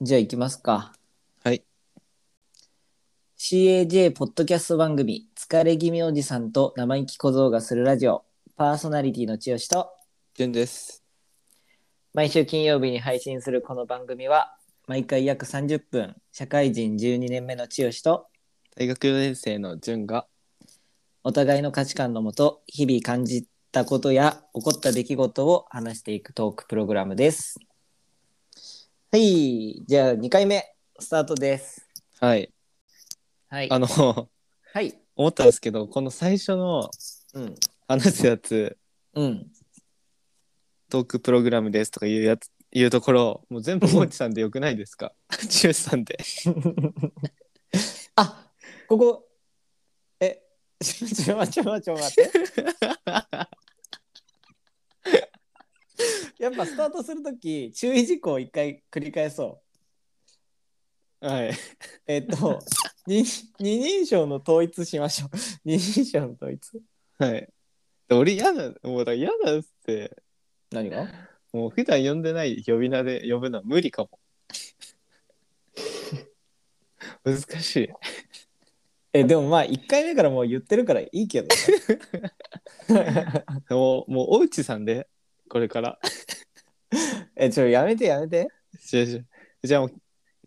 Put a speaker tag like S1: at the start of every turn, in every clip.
S1: じゃあ行きますか。
S2: はい。
S1: CAJ ポッドキャスト番組、疲れ気味おじさんと生意気小僧がするラジオ、パーソナリティの千代と、
S2: じゅんです。
S1: 毎週金曜日に配信するこの番組は、毎回約30分、社会人12年目の千代と、
S2: 大学4年生のじゅんが。
S1: お互いの価値観のもと、日々感じたことや起こった出来事を話していくトークプログラムです。はい。じゃあ2回目、スタートです。
S2: はい。
S1: はい。
S2: あの、
S1: はい。
S2: 思ったんですけど、この最初の
S1: うん。
S2: 話すやつ、
S1: うん。
S2: トークプログラムですとかいうやつ、いうところ、もう全部モーチさんでよくないです かジュンさんで。
S1: あここえ ちょちょ待って待って待って やっぱスタートするとき注意事項を一回繰り返そう
S2: はい。
S1: えっ と二二人称の統一しましょう 二人称の統一
S2: はい。で俺嫌だ、もうだから嫌だっつって、
S1: 何が
S2: もう普段呼んでない呼び名で呼ぶのは無理かも。 難しい。
S1: えでもまあ一回目からもう言ってるからいいけどね
S2: もう、もうおうちさんで、これから。
S1: えちょやめてやめて
S2: じゃあじゃあじゃあもうじゃ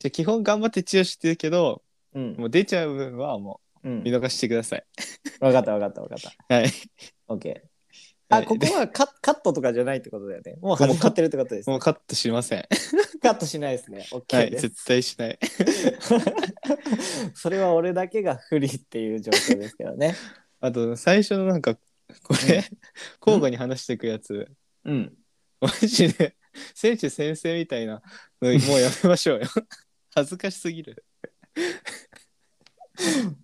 S2: あ基本頑張ってチューしてるけど
S1: うん
S2: もう出ちゃう分はも
S1: うん
S2: う見逃してください、
S1: 分かった分かった分かった
S2: はい
S1: オッケー。あ、
S2: はい
S1: ここはカカットとかじゃないってことだよね。もう
S2: ここも
S1: 始まってるってことですね。
S2: もうカットしません
S1: カットしないですね。オッケ
S2: は
S1: ー
S2: い
S1: です。
S2: 絶対しない
S1: それは俺だけが不利っていう状況ですけど ね。
S2: あと最初のなんかこれ、交互に話していくやつ、
S1: うん。
S2: マジで選手先生みたいなのもうやめましょう よ恥ずかしすぎる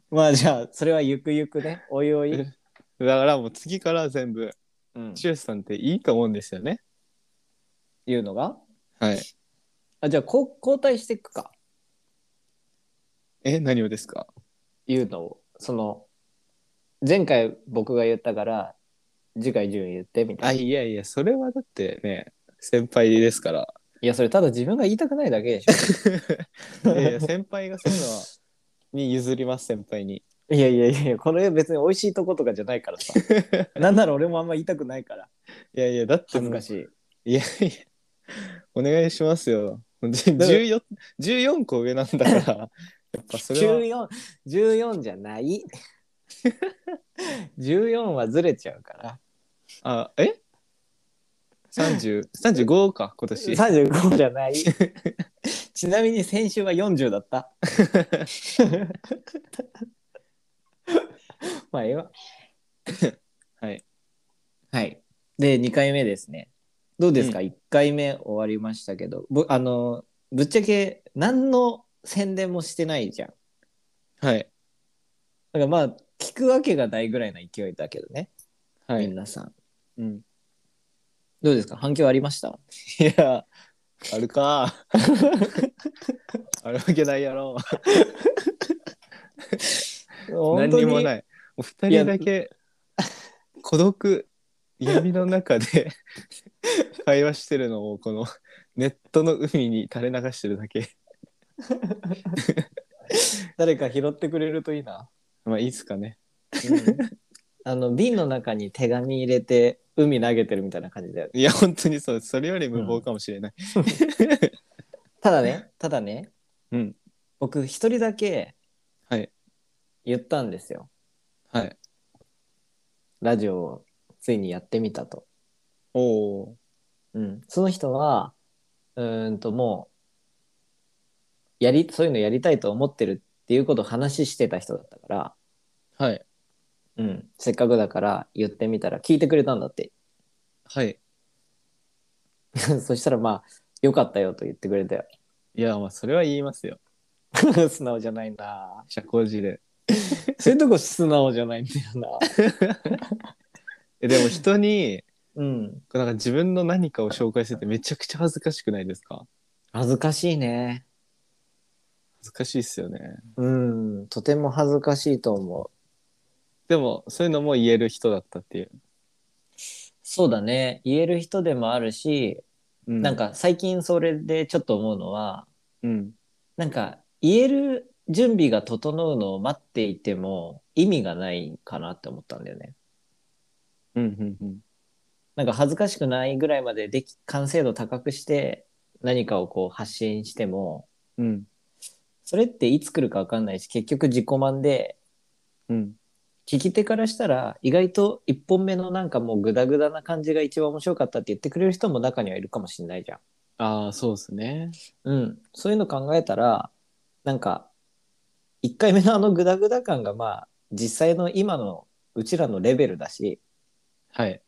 S1: まあじゃあ、それはゆくゆくね、おいおい。
S2: うんだからもう次から全部
S1: うん
S2: チューさんっていいと思うんですよね
S1: いうのが。
S2: はい
S1: あ、じゃあ、こう交代していくか。
S2: え何をですか
S1: いうのを。その、前回僕が言ったから、次回順位言ってみた
S2: あ
S1: いな。
S2: いやいやそれはだってね先輩ですから
S1: いや、それただ自分が言いたくないだけでしょ。
S2: いやいや先輩がそういうのはに譲ります先輩に
S1: いやいやいや、これ別に美味しいとことかじゃないから さ。なんなら俺もあんま言いたくないから。
S2: いやいやだって
S1: 恥
S2: も
S1: ず
S2: う
S1: かしい。
S2: いやいやお願いしますよで 14, 14個上なんだから やっぱそれは
S1: 14, 14じゃない 14はずれちゃうから
S2: あえ30 35か今年
S1: 35じゃ ないちなみに先週は40だったまあええわ
S2: はい
S1: はいで2回目ですねどうですか、一1回目終わりましたけどぶあのぶっちゃけ何の宣伝もしてないじゃんだ
S2: はい
S1: からまあ聞くわけがないぐらいの勢いだけどね、
S2: は
S1: みん
S2: い、
S1: なさん
S2: うん、
S1: どうですか反響ありました
S2: いやある かあるわけないやろ何にも
S1: い。
S2: ないお二
S1: いや
S2: 人だけ孤独闇の中で会話してるのをこのネットの海に垂れ流してるだけ
S1: 誰か拾ってくれるといいな。
S2: まあいいっすかね
S1: あの瓶の中に手紙入れて海投げてるみたいな感じだよね。
S2: いや本当にそうそれより無謀かもしれない、
S1: ただね、ただね、
S2: うん、
S1: 僕一人だけ
S2: はい
S1: 言ったんですよ。
S2: はい
S1: ラジオをついにやってみたと。
S2: おお
S1: うん、その人は、うーんともう、やり、そういうのやりたいと思ってるっていうことを話してた人だったから、
S2: ーはい
S1: うん、せっかくだから言ってみたら聞いてくれたんだって。
S2: はい
S1: そしたらまあ、よかったよと言ってくれたよ。
S2: いやまあそれは言いますよ
S1: 素直じゃないな
S2: 社交辞令
S1: そういうとこ素直じゃないんだよな
S2: えでも人に
S1: うん
S2: なんか自分の何かを紹介するってめちゃくちゃ恥ずかしくないですか
S1: 恥ずかしいね
S2: 恥ずかしいっすよね
S1: うんとても恥ずかしいと思う
S2: でもそういうのも言える人だったっていう、
S1: そうだね言える人でもあるし、
S2: う
S1: なんか最近それでちょっと思うのは
S2: ううん。
S1: なんか言える準備が整うのを待っていても意味がないかなって思ったんだよね。
S2: うんうんうん。
S1: なんか恥ずかしくないぐらいまででき完成度高くして何かをこう発信しても
S2: うん
S1: それっていつ来るか分かんないし結局自己満で
S2: うん。
S1: 聞き手からしたら意外と1本目のなんかもうグダグダな感じが一番面白かったって言ってくれる人も中にはいるかもしれないじゃん。
S2: ああ、そうですね。
S1: うん、そういうの考えたらなんか1回目のあのグダグダ感がまあ実際の今のうちらのレベルだし
S2: はい。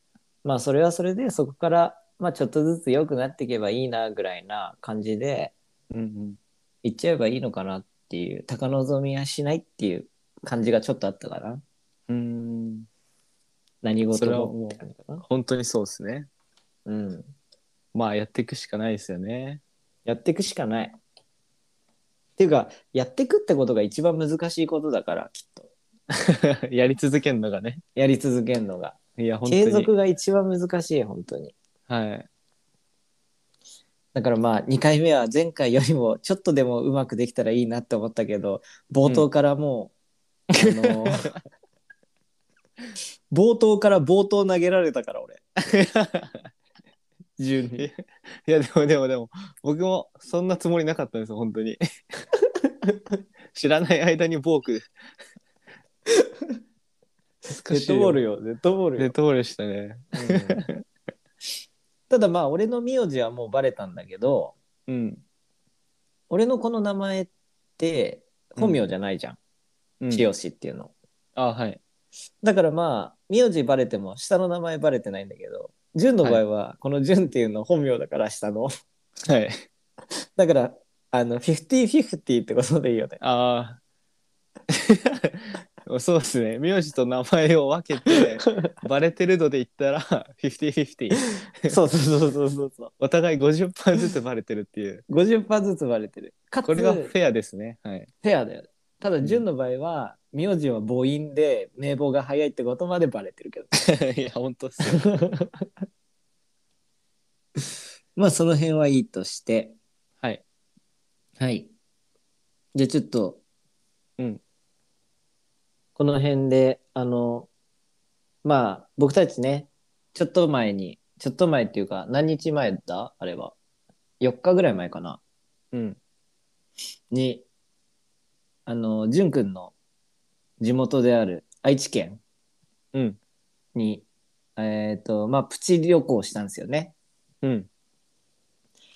S1: まあそれはそれでそこから、まあ、ちょっとずつ良くなっていけばいいなぐらいな感じで
S2: うんうん。
S1: いっちゃえばいいのかなっていう高望みはしないっていう感じがちょっとあったかな
S2: うーん。
S1: 何事
S2: それは
S1: も
S2: もう
S1: って感じかな。
S2: 本当にそうですね。
S1: うん、
S2: まあやっていくしかないですよね。
S1: やっていくしかない。っていうかやっていくってことが一番難しいことだからきっと
S2: やり続けるのがね。
S1: やり続けるのが
S2: いや、本当に。
S1: 継続が一番難しい本当に
S2: はい。
S1: だからまあ2回目は前回よりもちょっとでもうまくできたらいいなって思ったけど冒頭からもう、あの ー冒頭から冒頭投げられたから 俺
S2: 順に。 いや、でもでもでも、僕もそんなつもりなかったんですよ、本当 に。知らない間にボーク。
S1: デ
S2: デ
S1: ッドボール。よデッドボール
S2: デッ
S1: よ、
S2: ドボールでしたね。
S1: うんただまあ俺の名字はもうバレたんだけど
S2: うん。
S1: 俺のこの名前って本名じゃないじゃん、
S2: うん
S1: 清志っていうの
S2: あ、はい。
S1: だからまあ名字バレても下の名前バレてないんだけど潤の場合はこの潤っていうの本名だから下の
S2: はい。
S1: だから、あの、フィフティフィフティってことでいいよね。
S2: ああ。 そうですね。名字と名前を分けて、バレてるので言ったら、50-50。
S1: そうそうそうそうそうそ
S2: お互い50%ずつバレてるっていう。
S1: う。50%ずつ割れてる。かつ、
S2: これがフ
S1: フ
S2: ェアですね。はい。
S1: ェアだよ。ただ、純の場合は、名字は母音で、名簿が早いってことまでバレてるけど。
S2: いや、本当っすよ。
S1: まあ、その辺はいいとして。
S2: はい。
S1: はい。じゃあ、ちょっと、
S2: うん。
S1: この辺で、あの、まあ、僕たちね、ちょっと前に、ちょっと前っていうか、何日前だあれは。4日ぐらい前かな。
S2: うん。
S1: に、あの、淳くんの地元である愛知県
S2: うん。
S1: に、えっ、と、まあ、プチ旅行したんですよね。
S2: うん。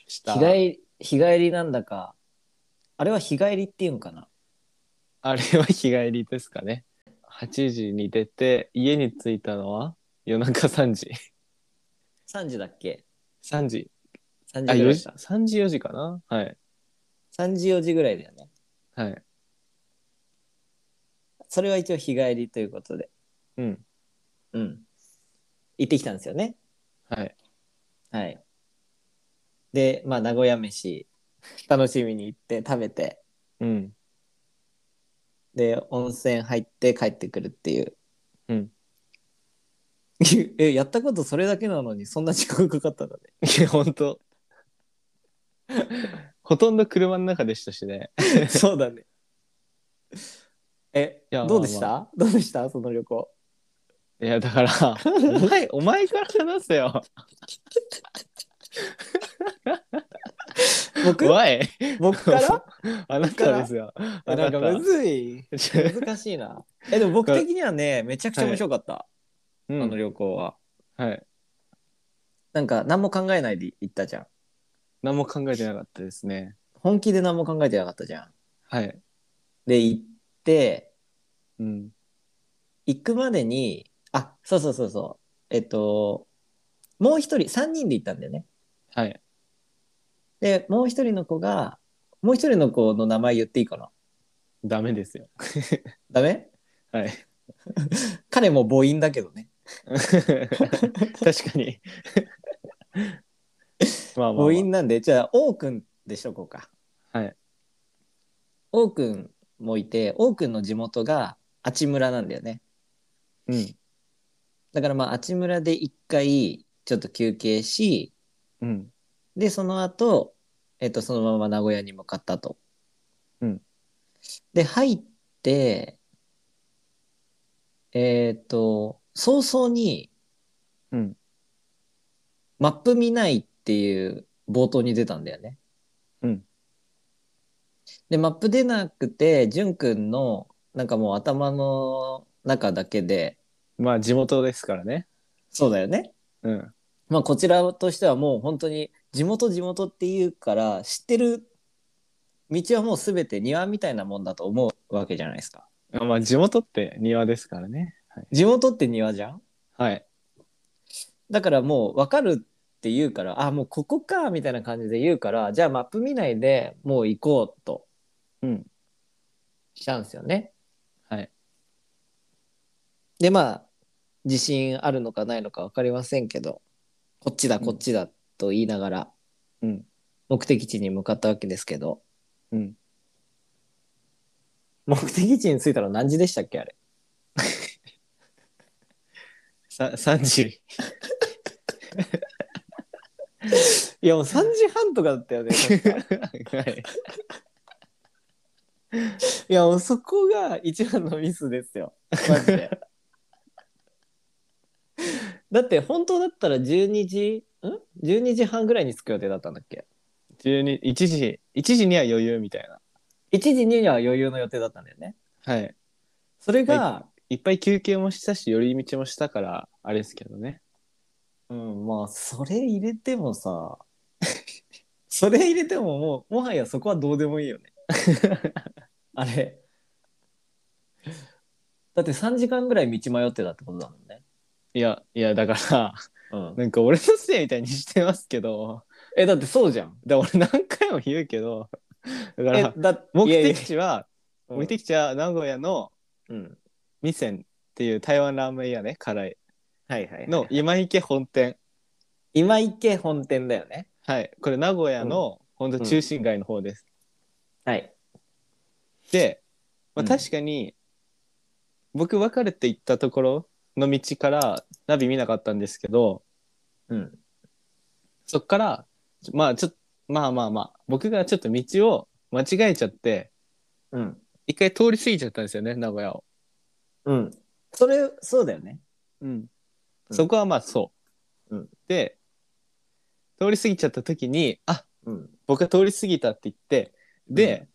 S2: した
S1: 日帰り、日帰りなんだか、あれは日帰りっていうんかな。
S2: あれは日帰りですかね。8時に出て、家に着いたのは夜中3時。
S1: 3時だっけ
S2: 3時。
S1: ?3 時ぐら
S2: あ、4
S1: い
S2: 時。
S1: か。
S2: 3時4時かなはい。
S1: 3時4時ぐらいだよね。
S2: はい。
S1: それは一応日帰りということで。
S2: うん。
S1: うん。行ってきたんですよね。
S2: はい。
S1: はい。で、まあ、名古屋飯、楽しみに行って食べて、
S2: うん。
S1: で、温泉入って帰ってくるっていう。
S2: うん。
S1: え、やったことそれだけなのに、そんな時間かかったんだね。
S2: いや、本当 ほとんど車の中でしたしね。
S1: そうだね。え、
S2: いや
S1: どうでした、
S2: ま
S1: どうでしたその旅 行。
S2: いや、だから、お 前、お前から話せよ。
S1: 僕
S2: おい。
S1: 僕から
S2: あなたですよ。あ
S1: え
S2: な
S1: な
S2: た
S1: んかむずい。難しいな。え、でも僕的にはね、めちゃくちゃ面白かった。
S2: う
S1: あの
S2: ん、
S1: 旅行は。
S2: はい。
S1: なんか、何も考えないで行ったじゃん。
S2: 何も考えてなかったですね。
S1: 本気で何も考えてなかったじゃん。
S2: はい。
S1: で、行って、
S2: うん。
S1: 行くまでに、あ、そうそうそうそう。えっと、もう一人、三人で行ったんだよね。
S2: はい。
S1: で、もう一人の子が、もう一人の子の名前言っていいかな
S2: ダメですよ。
S1: ダメ
S2: はい。
S1: 彼も母音だけどね。
S2: 確かに。まあまあ、ま
S1: 母
S2: あ。
S1: 音なんで、じゃあ、王くんでしょこうか。
S2: はい。
S1: 王くんもいて、王くんの地元があちむらなんだよね。
S2: うん。
S1: だからまあ、あちむらで一回、ちょっと休憩し、
S2: うん。
S1: で、その後、えっと、そのまま名古屋に向かったと。
S2: うん
S1: で、入って、えっと、早々に
S2: うん。
S1: マップ見ないっていう冒頭に出たんだよね。
S2: うん。
S1: で、マップ出なくて、じゅんくんの、なんかもう頭の中だけで、
S2: まあ地元ですからね。
S1: そうだよね。
S2: うん。
S1: まあ、こちらとしてはもう本当に地元地元っていうから知ってる道はもう全て庭みたいなもんだと思うわけじゃないですか。
S2: あまあ地元って庭ですからね。はい。
S1: 地元って庭じゃん
S2: はい、
S1: だからもう分かるって言うからあもうここかみたいな感じで言うからじゃあマップ見ないでもう行こうと
S2: うん。
S1: したんですよね。
S2: はい。
S1: でまあ自信あるのかないのか分かりませんけどこっちだこっちだと言いながら
S2: うん。
S1: 目的地に向かったわけですけど
S2: うん。
S1: 目的地に着いたの何時でしたっけあれ
S2: さ3時。
S1: いやもう3時半とかだった よね。
S2: はい。
S1: いやもうそこが一番のミスですよ。マジ で。だって本当だったら12時ん ?12 時半ぐらいに着く予定だったんだっけ
S2: 12、1時、1時には余裕みたいな。
S1: ?1 時には余裕の予定だったんだよね。
S2: はい。
S1: それが、
S2: いっぱい休憩もしたし、寄り道もしたから、あれですけどね。
S1: うんまあそれ入れてもさ それ入れてももうもはやそこはどうでもいいよね。 あれだって3時間ぐらい道迷ってたってことだもんね。
S2: いや、いや、だから、
S1: うん、
S2: なんか俺のせいみたいにしてますけど、
S1: えだってそうじゃん。
S2: で俺何回も言うけど、だか
S1: え
S2: ら、
S1: だ
S2: 目
S1: いやいや
S2: 的地は、
S1: うん
S2: 目的地は名古屋の
S1: うん、
S2: 味仙っていう台湾ラーメン屋ね、辛い。
S1: はいはい、はい、
S2: の今池本店。
S1: 今池本店だよね
S2: はい。これ名古屋の、ほんと中心街の方です。
S1: はい
S2: で、ま
S1: う
S2: あ、
S1: ん
S2: 確かに、僕別れて行ったところの道からナビ見なかったんですけど、
S1: うん
S2: そっから、まあちょっと、まあまあまあ、僕がちょっと道を間違えちゃって、
S1: うん
S2: 一回通り過ぎちゃったんですよね、名古屋を。
S1: うんそれそうだよね
S2: うん。そこはまあそう。
S1: うん
S2: で、通り過ぎちゃった時に、あ、
S1: うん
S2: 僕が通り過ぎたって言って、で、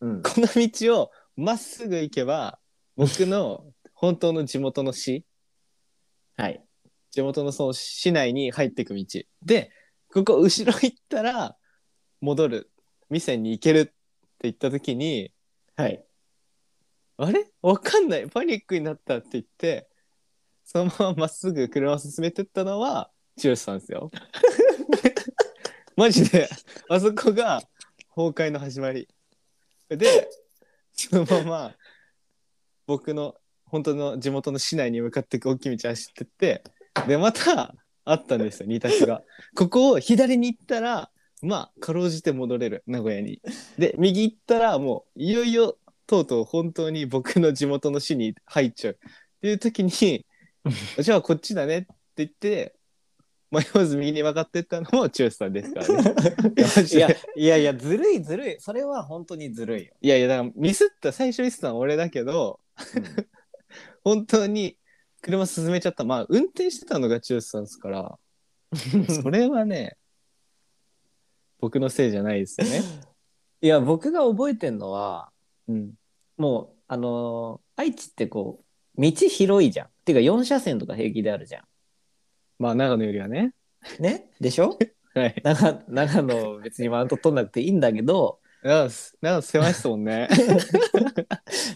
S1: うん
S2: この道をまっすぐ行けば、僕の本当の地元の市、
S1: はい
S2: 地元のその市内に入っていく道。で、ここ後ろ行ったら、戻る。店に行けるって言った時に、
S1: はい
S2: あれわかんないパニックになったって言ってそのまままっすぐ車を進めてったのは剛さんですよマジであそこが崩壊の始まりでそのまま僕の本当の地元の市内に向かってく大きい道走ってってでまたあったんですよ二択がここを左に行ったらまあかろうじて戻れる名古屋にで右行ったらもういよいよとうとう本当に僕の地元の市に入っちゃうっていう時にじゃあこっちだねって言って迷わず右に曲がってったのも剛さんですからね マジ
S1: いや
S2: で
S1: いやいやずるいずるいそれは本当にずるいよ、
S2: いやいやだからミスった最初ミスったのは俺だけど 本当に車進めちゃったまあ運転してたのが剛さんですから それはね僕のせいじゃないで すよね、
S1: いや僕が覚えてんのは
S2: うん、
S1: もうあのー愛知ってこう道広いじゃんっていうか4車線とか平気であるじゃ
S2: まあ長野よりはね
S1: んねでしょ
S2: はい
S1: 長長野別にマウント取んなくていいんだけど
S2: 長野長野狭いっすもんね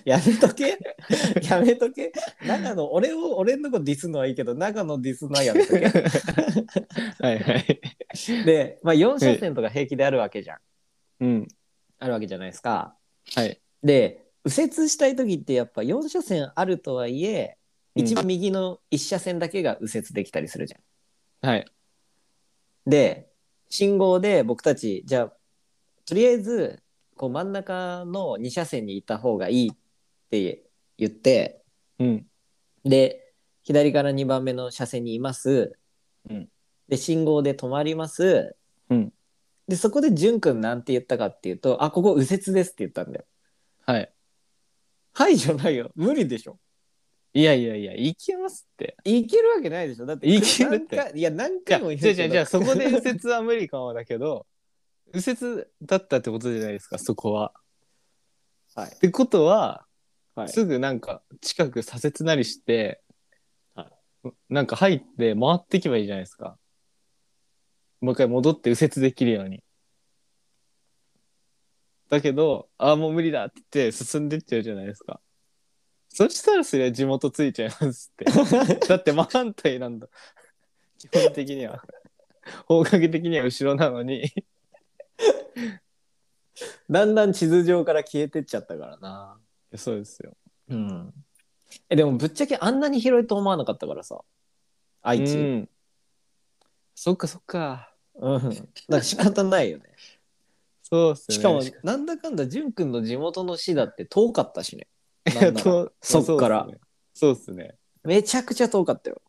S1: やめとけ やめとけ長野俺を俺のことディスのはいいけど 長野ディスのはやめとけ
S2: はいはい
S1: で、まあ、4車線とか平気であるわけじゃん
S2: うん
S1: あるわけじゃないですか
S2: はい
S1: で右折したい時ってやっぱ4車線あるとはいえ一番右の1車線だけが右折できたりするじゃん。
S2: はい。
S1: で信号で僕たちじゃあとりあえずこう真ん中の2車線に行った方がいいって言って
S2: うん。
S1: で左から2番目の車線にいます、
S2: うん
S1: で信号で止まります、
S2: うん
S1: で、そこで、じゅんくんなんて言ったかっていうと、あ、ここ右折ですって言ったんだよ。
S2: はい。
S1: はいじゃないよ。無理でしょ。
S2: いやいやいや、行きますって。
S1: いけるわけないでしょ。だって、
S2: いけるって
S1: 何回いや、何
S2: じゃ
S1: 回も
S2: あ、
S1: 言う
S2: じゃあじゃあじゃあ そこで
S1: で。
S2: 右折は無理かもだけど、右折だったってことじゃないですか、そこは。
S1: はい
S2: っ。てことは、
S1: はい。
S2: すぐなんか近く左折なりして、
S1: は
S2: なんか入って回っていけばいいじゃないですか。もう一回戻って右折できるように。だけど、ああ、もう無理だって言って進んでっちゃうじゃないですか。そしたらそれは地元ついちゃいます って。だって真反対なんだ。基本的には。方角的には後ろなのに。
S1: だんだん地図上から消えてっちゃったからな。
S2: そうですよ。
S1: うん。え、でも、ぶっちゃけあんなに広いと思わなかったからさ。愛知。
S2: うんそっかそっか。
S1: うん。だから仕方ないよね。
S2: そうっすよね。
S1: しかも、なんだかんだ、淳くんの地元の市だって遠かったしね。なんなら
S2: と
S1: そっから。
S2: そうですね。
S1: めちゃくちゃ遠か ったよ。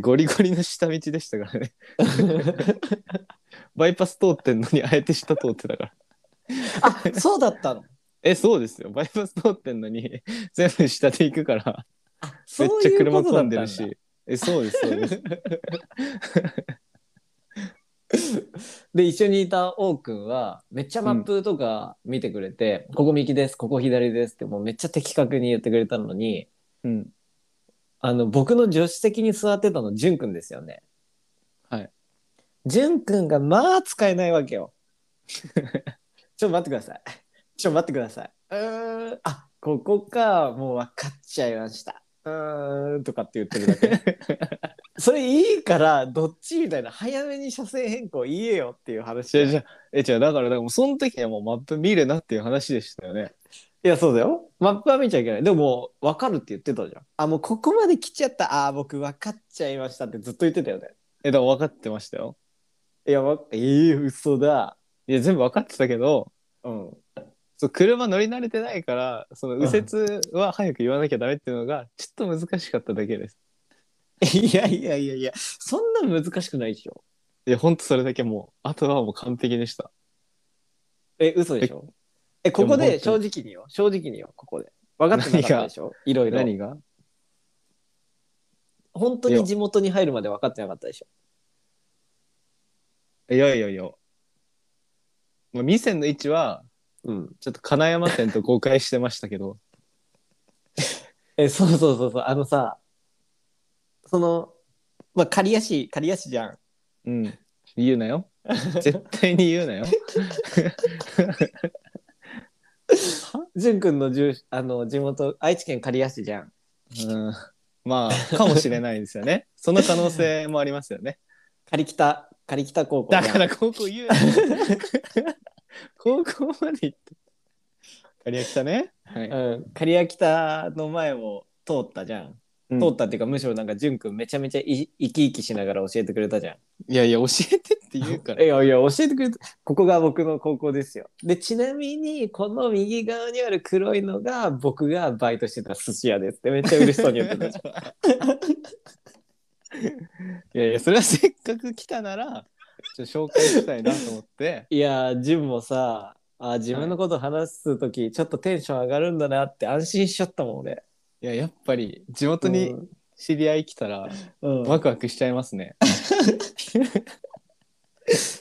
S2: ゴリゴリの下道でしたからね。 バイパス通ってんのに、あえて下通ってたから。
S1: あ、そうだったの。
S2: え、そうですよ。バイパス通ってんのに、 全部下で行くから、
S1: そ
S2: め
S1: う
S2: っちゃ
S1: いうこ
S2: 車
S1: とだ
S2: 混
S1: っ
S2: んで
S1: たんだ。
S2: るし。え、そうです、そう です。
S1: で、一緒にいた王くんは、めっちゃマップとか見てくれて、ここ右です、ここ左ですって、もうめっちゃ的確に言ってくれたのに、
S2: うん。
S1: あの、僕の助手席に座ってたの、淳くんですよね。
S2: はい。
S1: 淳くんが、まあ、使えないわけ よ。ちょっと待ってください。ちょっと待ってください。うーん、あ、ここか、もう分かっちゃいました。うーん、とかって言ってるだけ。 それいいから、どっちみたいな、早めに車線変更言えよっていう話。
S2: じゃあじゃあえ、じゃあだから、だからもうその時はもうマップ見るなっていう話でしたよね。
S1: いや、そうだよ。マップは見ちゃいけない。でも、分かるって言ってたじゃん。あ、もうここまで来ちゃった。あー、僕分かっちゃいましたってずっと言ってたよね。
S2: え、でも分かってましたよ。
S1: いや、わえー、嘘だ。
S2: いや、全部分かってたけど、
S1: うん。
S2: そう車乗り慣れてないから、その右折は早く言わなきゃダメっていうのが、ちょっと難しかっただけです。
S1: いやいやいやいや、そんな難しくないでしょ。
S2: いや、ほんとそれだけもう、あとはもう完璧でした。
S1: え、嘘でしょ。え、ここ
S2: いやも
S1: で
S2: う
S1: 正
S2: 本
S1: 直によ。正直によ、ここで。分かってなかったでしょ。いろいろ。
S2: 何が
S1: 本当に地元に入るまで分かってなかったでしょ。
S2: いやいやいや。まあ、店の位置は、
S1: うん。
S2: ちょっと金山店と誤解してましたけど、
S1: え、そうそうそうそう。あのさ、その、まあ、刈谷市、刈谷市じゃん。
S2: うん。言うな よ。絶対に言うなよ。
S1: 淳くんの住あの地元、愛知県刈谷市じゃん。
S2: うん。まあ、かもしれないですよね。その可能性もありますよね。
S1: 刈北、刈北高校じゃ
S2: だ
S1: ん。
S2: から高校言うな。 高校まで行って。借り飽きたね。は い。
S1: うん、刈谷北の前を通ったじゃん。
S2: うん
S1: 通ったっていうか、むしろなんか淳くんめちゃめちゃい生き生きしながら教えてくれたじゃん。
S2: いやいや、教えてって言うから。
S1: いやいや、教えてくれた。ここが僕の高校ですよ。で、ちなみに、この右側にある黒いのが、僕がバイトしてた寿司屋ですって、めっちゃ嬉しそうに言ってた じゃん。
S2: いやいや、それはせっかく来たなら、ちょっと紹介したいなと思って。
S1: いやー、ジムもさ、あー自分のこと話すとき、ちょっとテンション上がるんだなって安心しちゃったもん、俺。
S2: いや、やっぱり地元
S1: 本当
S2: に知り合い来たら、
S1: うん
S2: ワクワクしちゃいますね。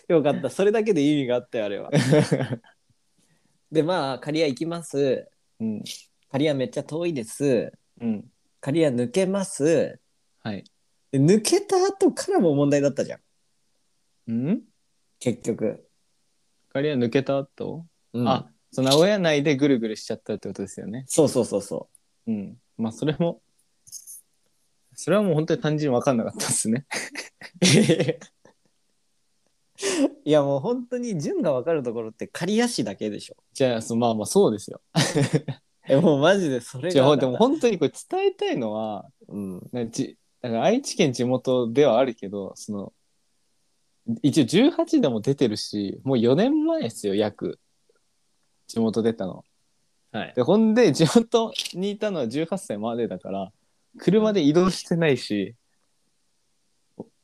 S1: よかった。それだけで意味があったよ、あれ は。で、まあ、刈谷行きます。
S2: うん。
S1: 刈谷めっちゃ遠いです。
S2: うん。
S1: 刈谷抜けます。
S2: はい。
S1: で抜けた後からも問題だったじゃん、
S2: うん
S1: 結局。
S2: 仮は抜けた後、
S1: うん
S2: あ、その名古屋内でぐるぐるしちゃったってことですよね。
S1: そうそうそうそ
S2: うん。まあ、それも、それはもう本当に単純に分かんなかったですね。
S1: う。 いやもう本当に順が分かるところって刈谷市だけでしょ。
S2: じゃあ、そまあまあそうですよ。
S1: えもうマジでそれ
S2: じゃ
S1: が
S2: あ、でも本当にこれ伝えたいのは、
S1: うん、
S2: なんかじだから愛知県地元ではあるけどその一応18でも出てるしもう4年前ですよ約地元出たの
S1: はい。
S2: でほんで地元にいたのは18歳までだから車で移動してないし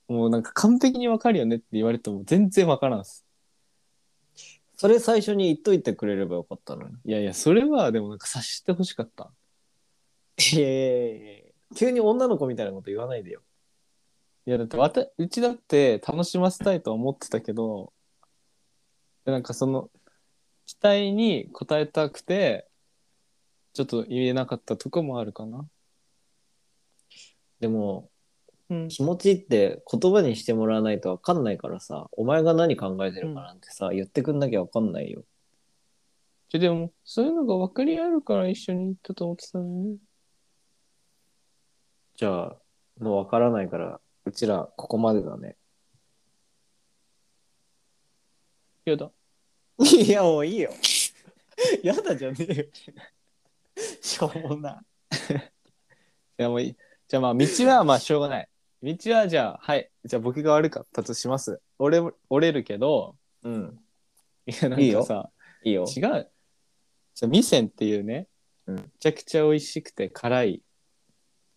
S2: もうなんか完璧に分かるよねって言われても全然分からんっす
S1: それ最初に言っといてくれればよかったのに。
S2: いやいや、それはでもなんか察してほしかった。
S1: いやいやいやいや急に女の子みたいなこと言わないでよ。
S2: いや、だってわた、うちだって楽しませたいとは思ってたけど、でなんかその、期待に応えたくて、ちょっと言えなかったとこもあるかな。
S1: でも、
S2: うん。
S1: 気持ちって言葉にしてもらわないとわかんないからさ、お前が何考えてるかなんてさ、言ってくんなきゃわかんないよ。
S2: ちょでも、そういうのが分かり合えるから一緒に行ったと思ってたのに。
S1: じゃあ、もうわからないから、うちらここまでだね。
S2: やだ。
S1: いや、もういいよ。 やだじゃねえよ。 しょうもな。
S2: いやもういい。じゃあまあ道はまあしょうがない。道はじゃあはい。じゃあ僕が悪かったとします。折れ折れるけど、
S1: うん。
S2: いやなん
S1: いいよ
S2: かさ、
S1: いいよ。
S2: 違う。じゃあ味仙っていうね、
S1: うん
S2: めちゃくちゃ美味しくて辛い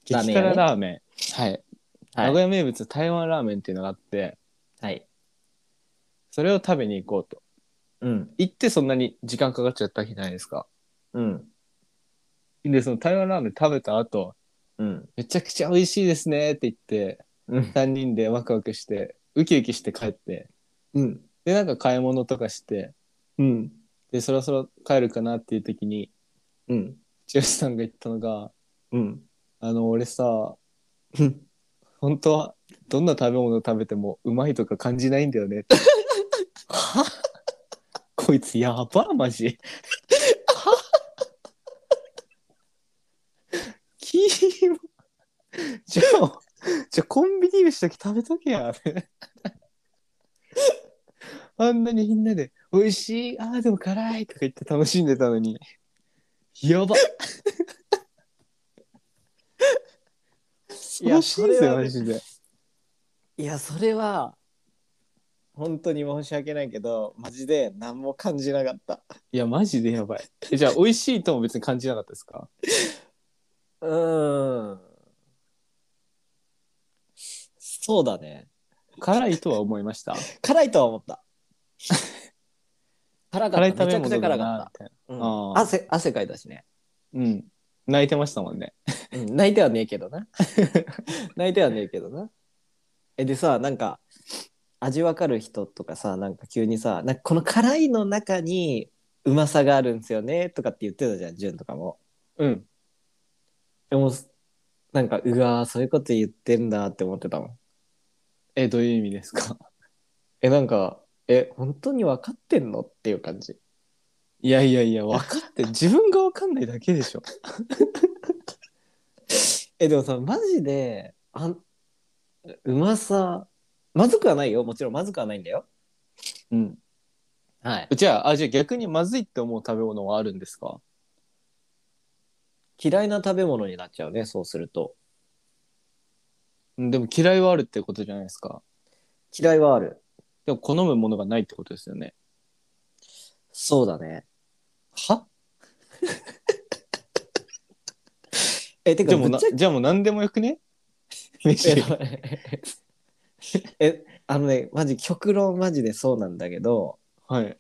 S2: 激
S1: ラーメン屋
S2: 辛
S1: ね
S2: ラーメン。はい。名古
S1: い。
S2: 屋名物台湾ラーメンっていうのがあって、
S1: はい。
S2: それを食べに行こうと。
S1: うん。
S2: 行ってそんなに時間かかっちゃったわけじゃないですか。
S1: うん。
S2: で、その台湾ラーメン食べた後、
S1: うん。
S2: めちゃくちゃ美味しいですねって言って、
S1: うん。
S2: 3人でワクワクして、ウキウキして帰って、
S1: うん。
S2: で、なんか買い物とかして、
S1: うん。
S2: で、そろそろ帰るかなっていう時に、
S1: うん。
S2: ジュースさんが言ったのが、
S1: うん。
S2: あの、俺さ、本当は、どんな食べ物を食べてもうまいとか感じないんだよねって。はこいつやば、マジ。キモ。じゃあ、じゃあコンビニ飯だけ食べとけや。あんなにみんなで、美味しい、ああ、でも辛いとか言って楽しんでたのに。やば。
S1: いや
S2: 恐ろしいです
S1: それ
S2: よ、
S1: はね
S2: マジで。
S1: いや、それは、本当に申し訳ないけど、マジで何も感じなかった。
S2: いや、マジでやばい。えじゃあ、美味しいとも別に感じなかったですか
S1: うーん。そうだね。
S2: 辛いとは思いました。
S1: 辛いとは思った。 辛か
S2: 辛い
S1: っ
S2: 食
S1: た。めち
S2: べ
S1: ゃく
S2: 物
S1: ちゃ
S2: だ
S1: 辛か
S2: な
S1: っ
S2: みたい
S1: た。う
S2: あ
S1: ん、
S2: ー
S1: 汗、汗かいたしね。
S2: な。うん。泣いてましたもんね。
S1: うん、泣いてはねえけどな。 泣いてはねえけどな。え、でさ、なんか、味わかる人とかさ、なんか急にさ、なんかこの辛いの中にうまさがあるんですよね、とかって言ってたじゃん、ジュンとかも。
S2: うん。
S1: でも、なんか、うわー、そういうこと言ってんだって思ってたもん。
S2: え、どういう意味ですか
S1: え、なんか、え、本当に分かってんのっていう感じ。
S2: いやいやいや、分かって、自分が分かんないだけでしょ。
S1: え、でもさ、マジで、あん、うまさ、まずくはないよ。もちろんまずくはないんだよ。
S2: うん。
S1: はい。
S2: じゃあ、あ、じゃあ逆にまずいって思う食べ物はあるんですか
S1: 嫌いな食べ物になっちゃうね、そうすると。
S2: うんでも嫌いはあるってことじゃないですか。
S1: 嫌いはある。
S2: でも好むものがないってことですよね。
S1: そうだね。
S2: は
S1: え、て
S2: じ
S1: か、
S2: ゃあもう
S1: ぶ
S2: な
S1: っちゃ、
S2: じゃあもう何でもよくね飯。
S1: え え、あのね、マジ、極論マジでそうなんだけど、
S2: はい。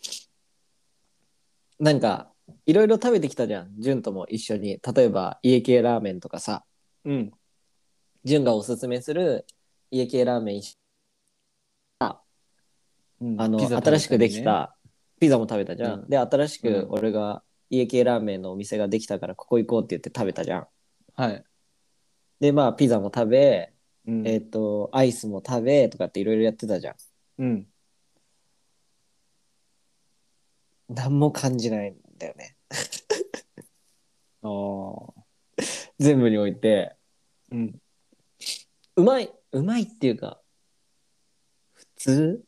S1: なんか、いろいろ食べてきたじゃん。ジュンとも一緒に。例えば、家系ラーメンとかさ、
S2: うん。
S1: ジュンがおすすめする家系ラーメン一緒、
S2: うん
S1: あの、
S2: ピザ食べたりね
S1: 新しくできた、ピザも食べたじゃん。
S2: うん
S1: で、新し
S2: う
S1: く
S2: ん
S1: 俺が家系ラーメンのお店ができたから、ここ行こうって言って食べたじゃん。
S2: はい。
S1: で、まあ、ピザも食べ、
S2: うん
S1: えっ、と、アイスも食べとかっていろいろやってたじゃん。
S2: うん。
S1: 何も感じないんだよね。
S2: ああ。
S1: 全部において、
S2: うん。
S1: うまい、うまいっていうか、普通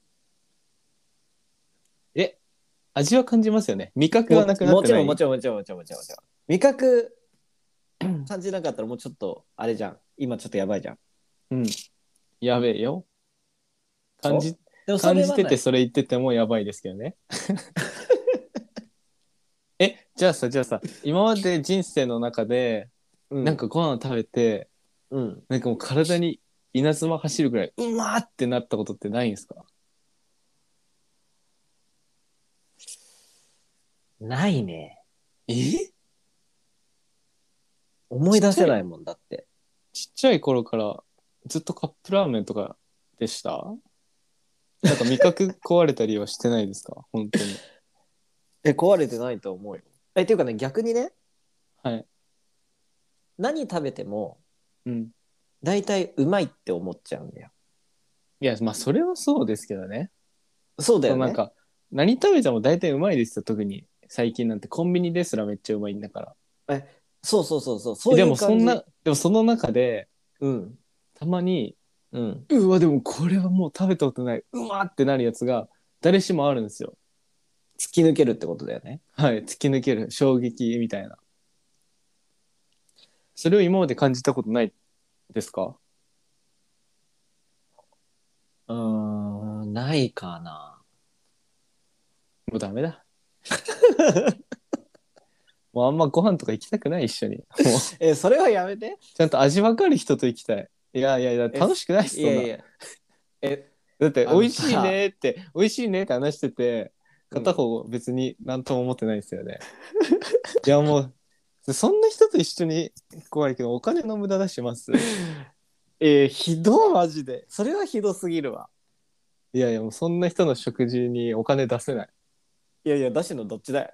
S2: 味は感じますよね。味覚はなくな
S1: も
S2: って
S1: ち
S2: な
S1: ろ
S2: い。
S1: ん、もちろん、もちろん、もちろん、もちろん。もちろん味覚、 感じなかったらもうちょっと、あれじゃん。今ちょっとやばいじゃん。
S2: うん。やべえよ。感じ、
S1: でもそ
S2: 感
S1: れ
S2: じ
S1: は
S2: て
S1: な
S2: て
S1: い
S2: それ言っててもやばいですけどね。 え、じゃあさ、じゃあさ、今まで人生の中で、
S1: う
S2: なん、かご飯を食べて、
S1: うん。
S2: なんかもう体に稲妻走るぐらい、うまーってなったことってないんですか
S1: ないね。
S2: え
S1: 思い出せないもんだって。
S2: ちっちゃい頃からずっとカップラーメンとかでしたなんか味覚壊れたりはしてないですか本当に。
S1: え、壊れてないと思うよ。え、っていうかね、逆にね、
S2: はい。
S1: 何食べても、
S2: うん。
S1: 大体うまいって思っちゃうんだよ。
S2: いや、まあそれはそうですけどね。
S1: そうだよね。
S2: なんか何食べても大体うまいですよ、特に。最近なんてコンビニですらめっちゃうまいんだから。
S1: そうそうそうそう。そういう
S2: でもそん
S1: 感
S2: な、でもその中で、
S1: じ。うん。
S2: たまに、
S1: うん。
S2: うわ、でもこれはもう食べたことない、うまってなるやつが、誰しもあるんですよ。
S1: 突き抜けるってことだよね。
S2: はい、突き抜ける衝撃みたいな。それを今まで感じたことないですか
S1: うーん、ないかな。
S2: もうダ メだ。もうあんまご飯とか行きたくない一緒に。もう
S1: え、それはやめ て。
S2: ちゃんと味わかる人と行きたい。いやいやいや、楽しくないっす
S1: い
S2: そん
S1: や
S2: ない
S1: や。え、
S2: だって
S1: あの
S2: 美味しいねって、美味しいねって話してて、片方別に何とも思ってないですよね。いやもう、そんな人と一緒に怖いけど、お金の無駄出します。
S1: えーひどい、マジで。それはひどすぎるわ。
S2: いやいや、もうそんな人の食事にお金出せない。
S1: いやいや、出しのどっちだよ。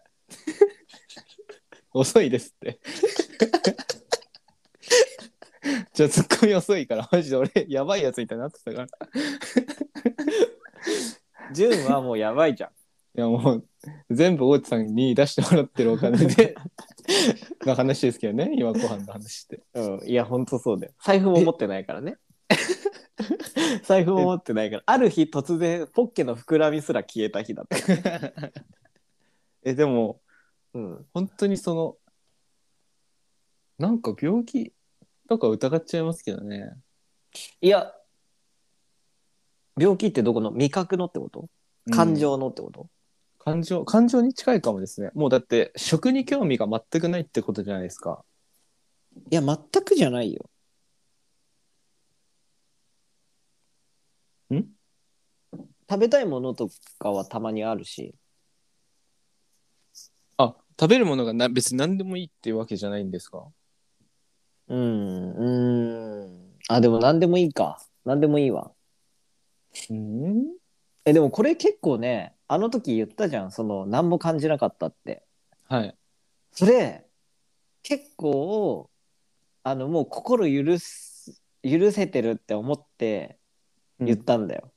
S2: 遅いですって。 じゃあツッコミ遅いからマジで俺やばいやつみたいになってたからい
S1: ジュンはもうやばいじゃん。
S2: やもう全部大津さんに出してもらってるお金での話ですけどね今ご飯の話って
S1: うん、いや、ほんとそうだよ。財布も持ってないからね。 財布も持ってないから。ある日突然、ポッケの膨らみすら消えた日だった。
S2: えでも
S1: うん。
S2: 本当にそのなんか病気とか疑っちゃいますけどね
S1: いや、病気ってどこの味覚のってこと感、情のってこと、
S2: うん感情感情に近いかもですねもうだって食に興味が全くないってことじゃないですか
S1: いや、全くじゃないよ。
S2: ん
S1: 食べたいものとかはたまにあるし。
S2: あ食べるものがな別に何でもいいっていうわけじゃないんですか
S1: うん、うん。あ、でも何でもいいか。何でもいいわ。
S2: うん
S1: え、でもこれ結構ね、あの時言ったじゃん。その、何も感じなかったって。
S2: はい
S1: それ結構あのもう心許す許せてるって思って言ったんだよ、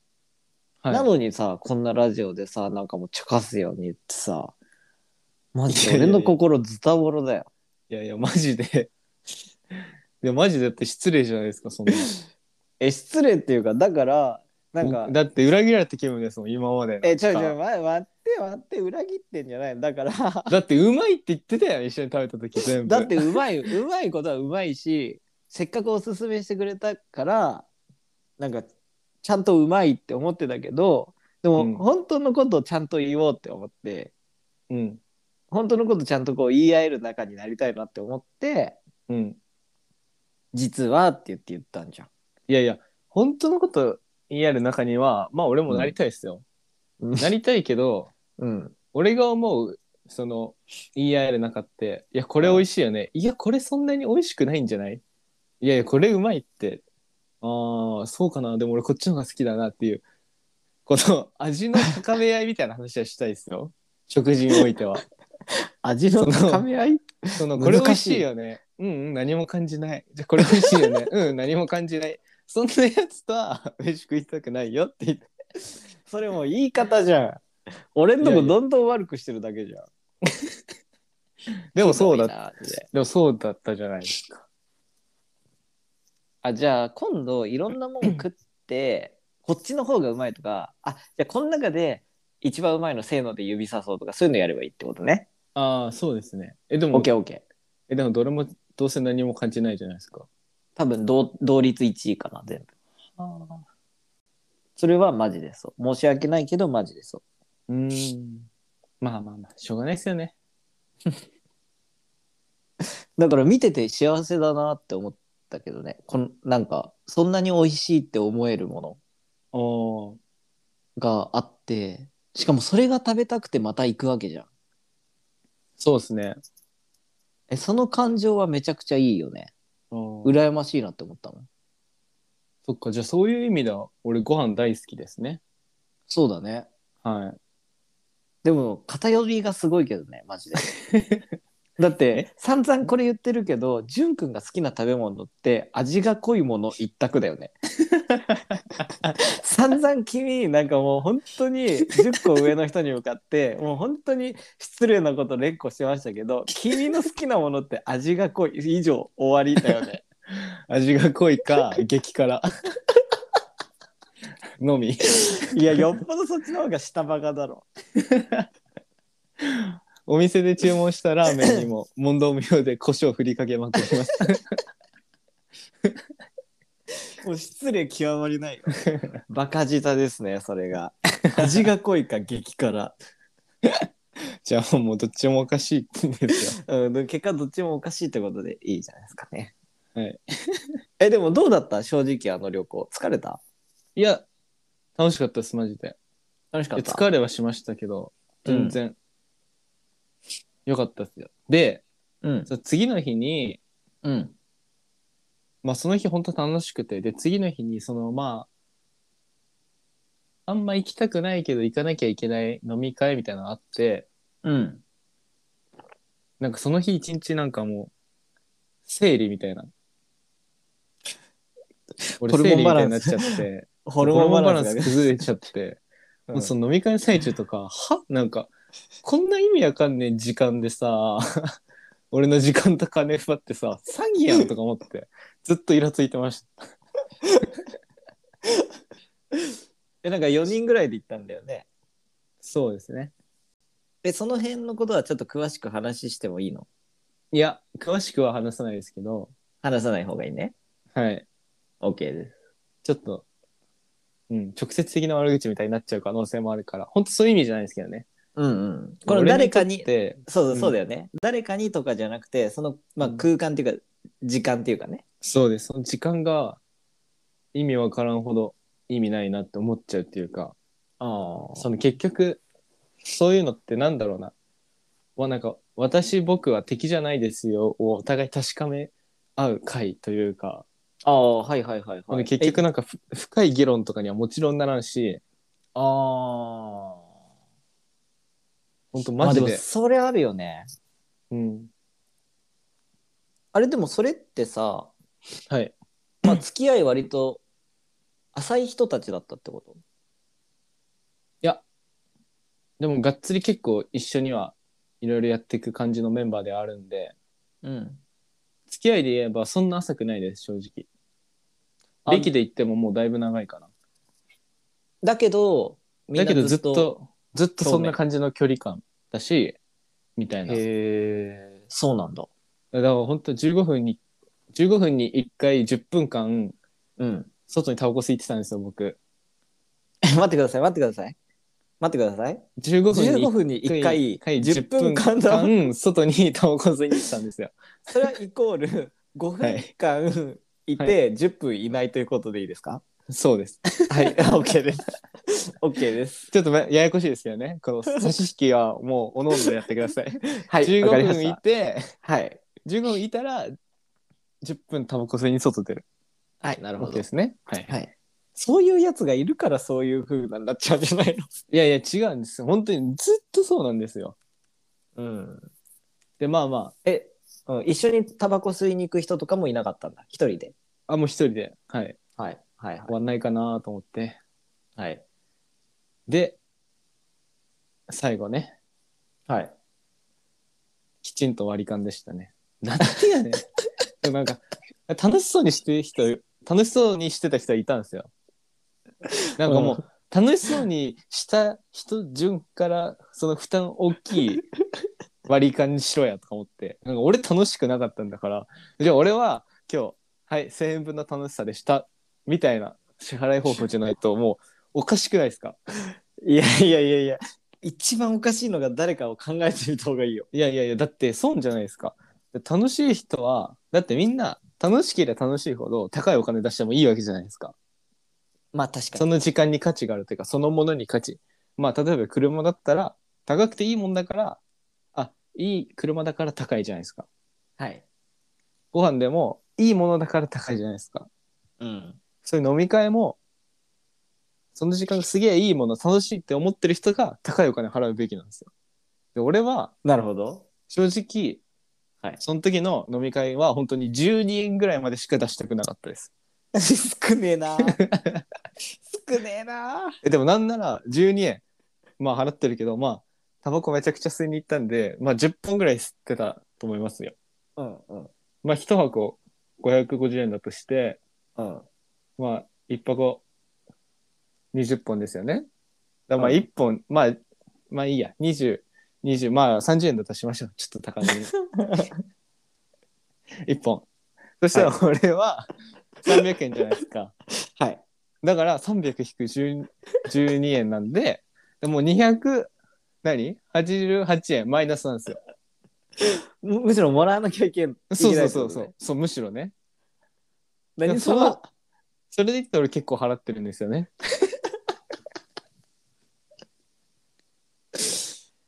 S2: はい
S1: なのにさこんなラジオでさなんかもうちゃかすように言ってさマジで俺の心ズタボロだよ
S2: いやいやマジで いやマジでだって失礼じゃないですかそんな
S1: え失礼っていうかだからなんか
S2: 僕だって裏切られた気分ですもん今までの
S1: えちょいちょい待待って待って裏切ってんじゃないのだから
S2: だってうまいって言ってたよ一緒に食べた時全部
S1: だってうまいうまいことはうまいしせっかくおすすめしてくれたからなんかちゃんとうまいって思ってたけどでも、
S2: うん
S1: 本当のことをちゃんと言おうって思って
S2: うん
S1: 本当のことちゃんとこう言い合える仲になりたいなって思って
S2: うん
S1: 実はって言って言ったんじゃん。
S2: いやいや本当のこと言い合える中にはまあ俺もなりたいですよ、
S1: うん
S2: なりたいけど
S1: うん、
S2: 俺が思うその言い合える中っていやこれ美味しいよねいやこれそんなに美味しくないんじゃないいやいやこれうまいってああそうかなでも俺こっちの方が好きだなっていうこの味の高め合いみたいな話はしたいですよ食事においては
S1: 味の
S2: その
S1: 高め合い
S2: その
S1: 難しい
S2: これ美味しいよねうんうん何も感じないじゃあこれ美味しいよ ねうん何も感じないそんなやつとは飯食いたくないよって言って
S1: それもう言い方じゃん。俺んと
S2: いや
S1: こ
S2: いや
S1: どんどん悪くしてるだけじゃん。
S2: でもそうだ
S1: ひどいなって
S2: でもそうだったじゃないですか
S1: あじゃあ今度いろんなもん食ってこっちの方がうまいとかあじゃあこの中で一番うまいのせーので指さそうとかそういうのやればいいってことね。
S2: ああそうですねえでも
S1: OKOK。
S2: えでもどれもどうせ何も感じないじゃないですか。
S1: 多分同同率1位かな全部。それはマジでそう。申し訳ないけどマジでそう。
S2: うーんまあまあまあしょうがないですよね。
S1: だから見てて幸せだなって思ったけどねこのなんかそんなに美味しいって思えるもの
S2: おー
S1: があってしかもそれが食べたくてまた行くわけじゃん。
S2: そうですね。
S1: えその感情はめちゃくちゃいいよね
S2: うら
S1: 羨ましいなって思ったもん
S2: そっか、じゃあそういう意味では、俺ご飯大好きですね。
S1: そうだね
S2: はい。
S1: でも偏りがすごいけどねマジでだって散々これ言ってるけどじゅんくんが好きな食べ物って味が濃いもの一択だよね散々君なんかもう本当に10個上の人に向かってもう本当に失礼なこと連呼してましたけど君の好きなものって味が濃い以上終わりだよね
S2: 味が濃い か、激辛。のみ。
S1: いやよっぽどそっちの方が下バカだろ
S2: お店で注文したラーメンに も問答無用で胡椒振りかけまくります。
S1: もう失礼極まりないよ。バカ舌ですね、それが。味が濃いか激辛。
S2: じゃあもうどっちもおかしいんですよ。
S1: うん、で結果どっちもおかしいってことでいいじゃないですかね。
S2: はい。
S1: え、でもどうだった正直あの旅行。疲れた
S2: いや、楽しかったです、マジで。
S1: 楽しか
S2: いや
S1: った。
S2: 疲れはしましたけど、全然、よかったっすよ。で、
S1: うん。
S2: その次の日に、
S1: うん。
S2: まあその日本当楽しくて、で、次の日に、そのまあ、あんま行きたくないけど行かなきゃいけない飲み会みたいなのあって、
S1: うん。
S2: なんかその日一日なんかもう、生理みたいな。俺
S1: ホル
S2: 生
S1: モ
S2: 理
S1: ン
S2: み
S1: バ
S2: たい
S1: ラ
S2: にな
S1: ン
S2: っ
S1: ス
S2: ちゃって、
S1: ホルモンバラン
S2: ホ
S1: ス
S2: ル
S1: が
S2: モ
S1: ね
S2: 崩れちゃって、もうその飲み会の最中とか、はなんか、こんな意味わかんねえ時間でさ、 俺の時間と金奪ってさ、詐欺やんとか思って、ずっとイラついてました。
S1: え、なんか4人ぐらいで行ったんだよね。
S2: そうですね。
S1: え、その辺のことはちょっと詳しく話してもいいの
S2: いや、詳しくは話さないですけど、
S1: 話さない方がいいね。
S2: はい。
S1: OK です。
S2: ちょっと、うん、直接的な悪口みたいになっちゃう可能性もあるから、本当そういう意味じゃないですけどね。
S1: うんうん。これ誰かに
S2: 俺とって
S1: そう
S2: う
S1: そ
S2: ん
S1: うそうだよね、誰かにとかじゃなくてその、まあ、
S2: うん
S1: 空間っていうか時間っていうかね
S2: そうです。その時間が意味わからんほど意味ないなって思っちゃうっていうか、
S1: あ
S2: その結局、そういうのってなんだろうな。はなんか、私、僕は敵じゃないですよをお互い確かめ合う会というか、
S1: ああはいはいはいはい
S2: 結局なんかふ深い議論とかにはもちろんならんし、
S1: ああ
S2: 本当
S1: ま
S2: マ
S1: あで
S2: ジ
S1: も
S2: で。
S1: それあるよね
S2: うん。
S1: あれでもそれってさ、
S2: はい。
S1: まあ、付き合い割と浅い人たちだったってこと
S2: でもがっつり結構一緒にはいろいろやっていく感じのメンバーではあるんで
S1: うん
S2: 付き合いで言えばそんな浅くないです正直
S1: あ
S2: 歴で言ってももうだいぶ長いかな
S1: だけどみん
S2: だ
S1: な
S2: けどずっとずっとそん
S1: そう
S2: な
S1: ね
S2: 感じの距離感だしみたいなだか
S1: へえそうなんだ
S2: ら本当15分に15分に1回10分間
S1: うん
S2: 外にタバコ吸いてたんですよ僕
S1: 待ってください待ってください待ってください
S2: 15分に
S1: 15分に1回10分間 だ
S2: 間外にタバコ吸いに行ってたんですよ
S1: それはイコール 5分間い
S2: は
S1: て10分いないということでいいですか
S2: そうです
S1: はい、OK です。OK です。
S2: ちょっとまややこしいですよねこの差し引きはもうおのおのやってください
S1: はい、わかり
S2: 15
S1: まし
S2: 分い
S1: た。
S2: て
S1: はい。
S2: 15分いたら10分タバコ吸いに外出る
S1: はい、なる
S2: わ
S1: ほ
S2: け
S1: ど
S2: で。すね。はい、
S1: はい。そういうやつがいるからそういう風になっちゃうんじゃない
S2: いやいや違うんですよ本当にずっとそうなんですよ。
S1: のうん。
S2: でまあま
S1: え、うん、一緒にタバコ吸いに行く人とかもいなかったんだ。一人で。
S2: ああもう一人で、はい、
S1: はい。はい。
S2: 終わんないかなと思って
S1: はい。
S2: で最後ね
S1: はい。
S2: きちんと割り勘でしたね。なんでやねん でもなんか楽しそうにしてる人楽しそうにしてた人はいたんですよ。なんかもう、楽しそうにした人順からその負担大きい割り勘にしろやとか思ってなんか俺楽しくなかったんだからじゃあ俺は今日はい1,000円分の楽しさでしたみたいな支払い方法じゃないともうおかしくないですか
S1: いやいやいやいや、一番おかしいのが誰かを考えてみた方がいいよ。
S2: いやいやいやだって損じゃないですかで楽しい人はだってみんな楽しければ楽しいほど高いお金出してもいいわけじゃないですか
S1: まあ確か
S2: そ
S1: に。
S2: の時間に価値があるというかそのものに価値まあ例えば車だったら高くていいもんだからあいい車だから高いじゃないですか。
S1: はい。
S2: ご飯でもいいものだから高いじゃないですか。
S1: うん。
S2: そういう飲み会も、その時間がすげえいいもの、楽しいって思ってる人が高いお金払うべきなんですよ。で、俺は
S1: なるほど。
S2: 正直、
S1: はい
S2: その時の飲み会は本当に10人ぐらいまでしか出したくなかったです。
S1: 少ねえ な。少ねえな。
S2: えでもなんなら12円、まあ払ってるけど、まあ、タバコめちゃくちゃ吸いに行ったんで、まあ10本ぐらい吸ってたと思いますよ。
S1: うんうん
S2: まあ1箱550円だとして、
S1: うん。
S2: まあ、一箱20本ですよね。だからまあ、
S1: うん
S2: 一本、まあ、まあいいや、20、20、まあ30円だとしましょう。ちょっと高めに。 一本。そしたら俺は300円じゃないですか。
S1: はい。
S2: だから300引く10 12円なんで、でもう200、何 ?88 円マイナスなんですよ。
S1: むむしろもらわなきゃいけないって
S2: そ
S1: こ
S2: う
S1: と
S2: そう
S1: ね。
S2: そうそう。そう、むしろね。
S1: 何
S2: そ
S1: その
S2: の、それで言ったら俺結構払ってるんですよね。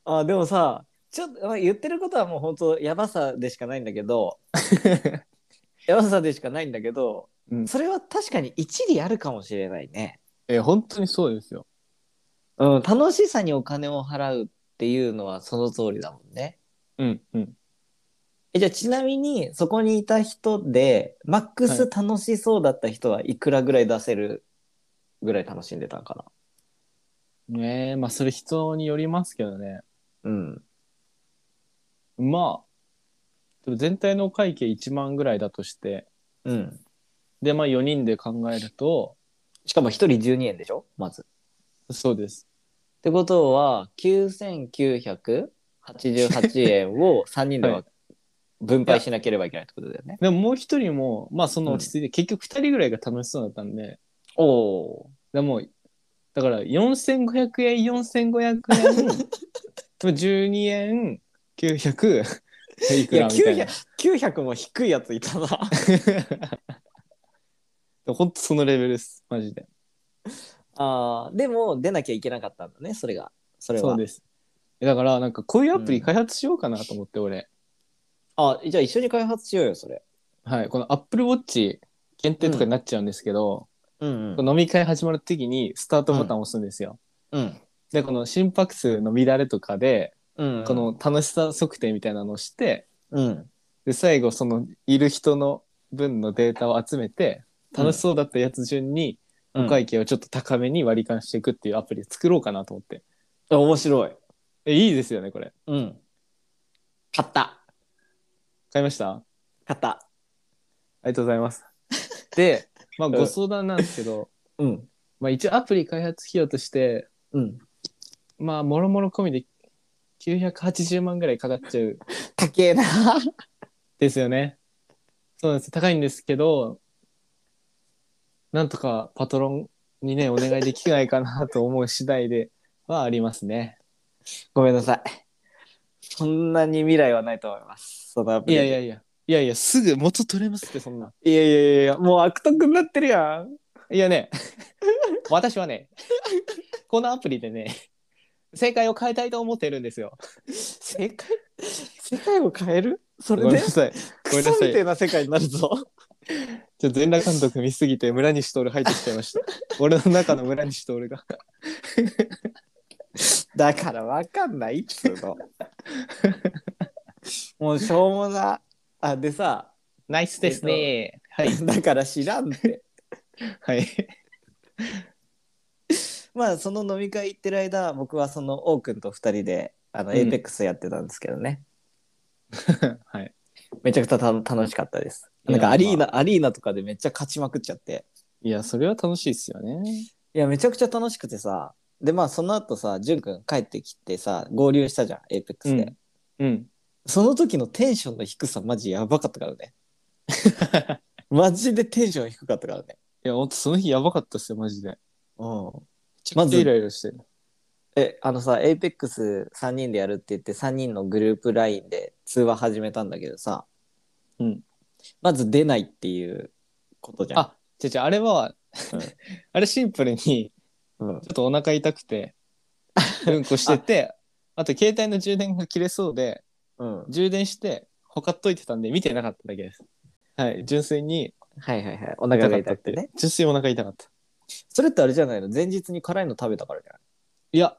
S1: あでもさちょっとまあ言ってることはもう本当やばさでしかないんだけ どやばさでしかないんだけど、
S2: うん
S1: それは確かに一理あるかもしれないね、
S2: え、本当にそうですよ。
S1: うん、楽しさにお金を払うっていうのはその通りだもんね
S2: うん、うん。
S1: えじゃあちなみにそこにいた人でマック
S2: は
S1: ス楽しそうだった人はいくらぐらい出せるぐらい楽しんでたんかな
S2: ねえ、まあそれ人によりますけどね。
S1: うん
S2: まあ、でも全体の会計1万ぐらいだとして、
S1: うん
S2: で、まあ4人で考えると、
S1: しかも1人12円でしょまず
S2: そうです。
S1: ってことは9988円を3人では分配しなければいけないってことだよね。
S2: でももう一人も、まあその落ち着いて、結局2人ぐらいが楽しそうだったんで、
S1: おお
S2: でもう、だから4500円、4500円、12円、900、い
S1: ー。
S2: くらみたいな。
S1: 900も低いやつい たな。
S2: ほんとそのレベルです、マジで。
S1: あーでも出なきゃいけなかったんだねそれが。それは。
S2: そうです。えだから、なんかこういうアプリ開発しようかなと思って、俺。
S1: あじゃあ一緒に開発しようよそれ。
S2: はい、この Apple Watch 限定とかになっちゃうんですけど、
S1: うん
S2: この飲み会始まる時にスタートボタンを押すんですよ。
S1: うん
S2: でこの心拍数の乱れとかで、
S1: うん
S2: この楽しさ測定みたいなのをして
S1: うん
S2: で最後そのいる人の分のデータを集めて楽しそうだったやつ順に
S1: う
S2: お
S1: ん。
S2: 会計をちょっと高めに割り勘していくっていうアプリ作ろうかなと思って。
S1: あ面白い。
S2: えいいですよねこれ。
S1: うん。買った
S2: 買いましたあ
S1: 買った。
S2: りがとうございます。で、まあ、
S1: ん
S2: ご相談なんですけど、
S1: うん
S2: まあ、一応アプリ開発費用として
S1: うん。
S2: まあ、もろもろ込みで980万ぐらいかかっちゃう
S1: 高えな。
S2: ですよね。そうなんです。高いんですけど、なんとかパトロンにね、お願いできないかなと思う次第ではありますね。
S1: ごめんなさい。そんなに未来はないと思います。そのアプ
S2: い
S1: リ
S2: やいやいや、いやいや、すぐ元取れますって、そんな。
S1: いやいやいやいや、もう悪徳になってるやん。
S2: いやね、 私はね、このアプリでね、正解を変えたいと思ってるんですよ。
S1: 世界、世界を変えるそ
S2: ご
S1: れ
S2: めん
S1: で
S2: な さい。ご
S1: ク
S2: めんな
S1: ソ
S2: さい
S1: みたいな世界になるぞ。
S2: ちょっと全裸監督見すぎて村西徹入ってきちゃいました。俺の中の村西徹が。
S1: だからわかんないっつうの。 もうしょうもな。あ、でさ、
S2: ナイス
S1: です
S2: ね。はい。
S1: だから知らんって。
S2: はい。
S1: まあ、その飲み会行ってる間、僕はその王くんと二人で、あの、
S2: うん
S1: エイペックスやってたんですけどね。
S2: はい。
S1: めちゃくちゃた楽しかったです。
S2: い
S1: な
S2: や
S1: んかアリーナ、アリーナとかでめっちゃ勝ちまくっちゃって。
S2: いや、それは楽しいですよね。
S1: いやめちゃくちゃ楽しくてさでまあその後さ潤くん帰ってきてさ合流したじゃんエイペックスで、
S2: うん。
S1: その時のテンションの低さマジやばかったからね マジでテンション低かったからね
S2: いや、ほんとその日やばかったっすよ、マジで。め
S1: うん
S2: ちゃ
S1: ま
S2: く
S1: ず
S2: ちゃイライラしてる。
S1: えあのさエイペックス3人でやるって言って3人のグループ LINE で通話始めたんだけどさ、
S2: うん、
S1: まず出ないっていうことじゃん
S2: あ、違う違う、あれは、
S1: うん
S2: あれシンプルに、ち
S1: うん
S2: ょっとお 腹痛くて、うんこしてて、あと携帯の充電が切れそうで、
S1: うん。は
S2: 充電してほかっといてたんで見てなかっただけですはい純粋に
S1: いはいはい。お腹が
S2: 痛か
S1: 痛く
S2: って
S1: て
S2: いう
S1: ね。
S2: 純粋にお腹痛かった
S1: それってあれじゃないの前日に辛いの食べたからじゃない
S2: いや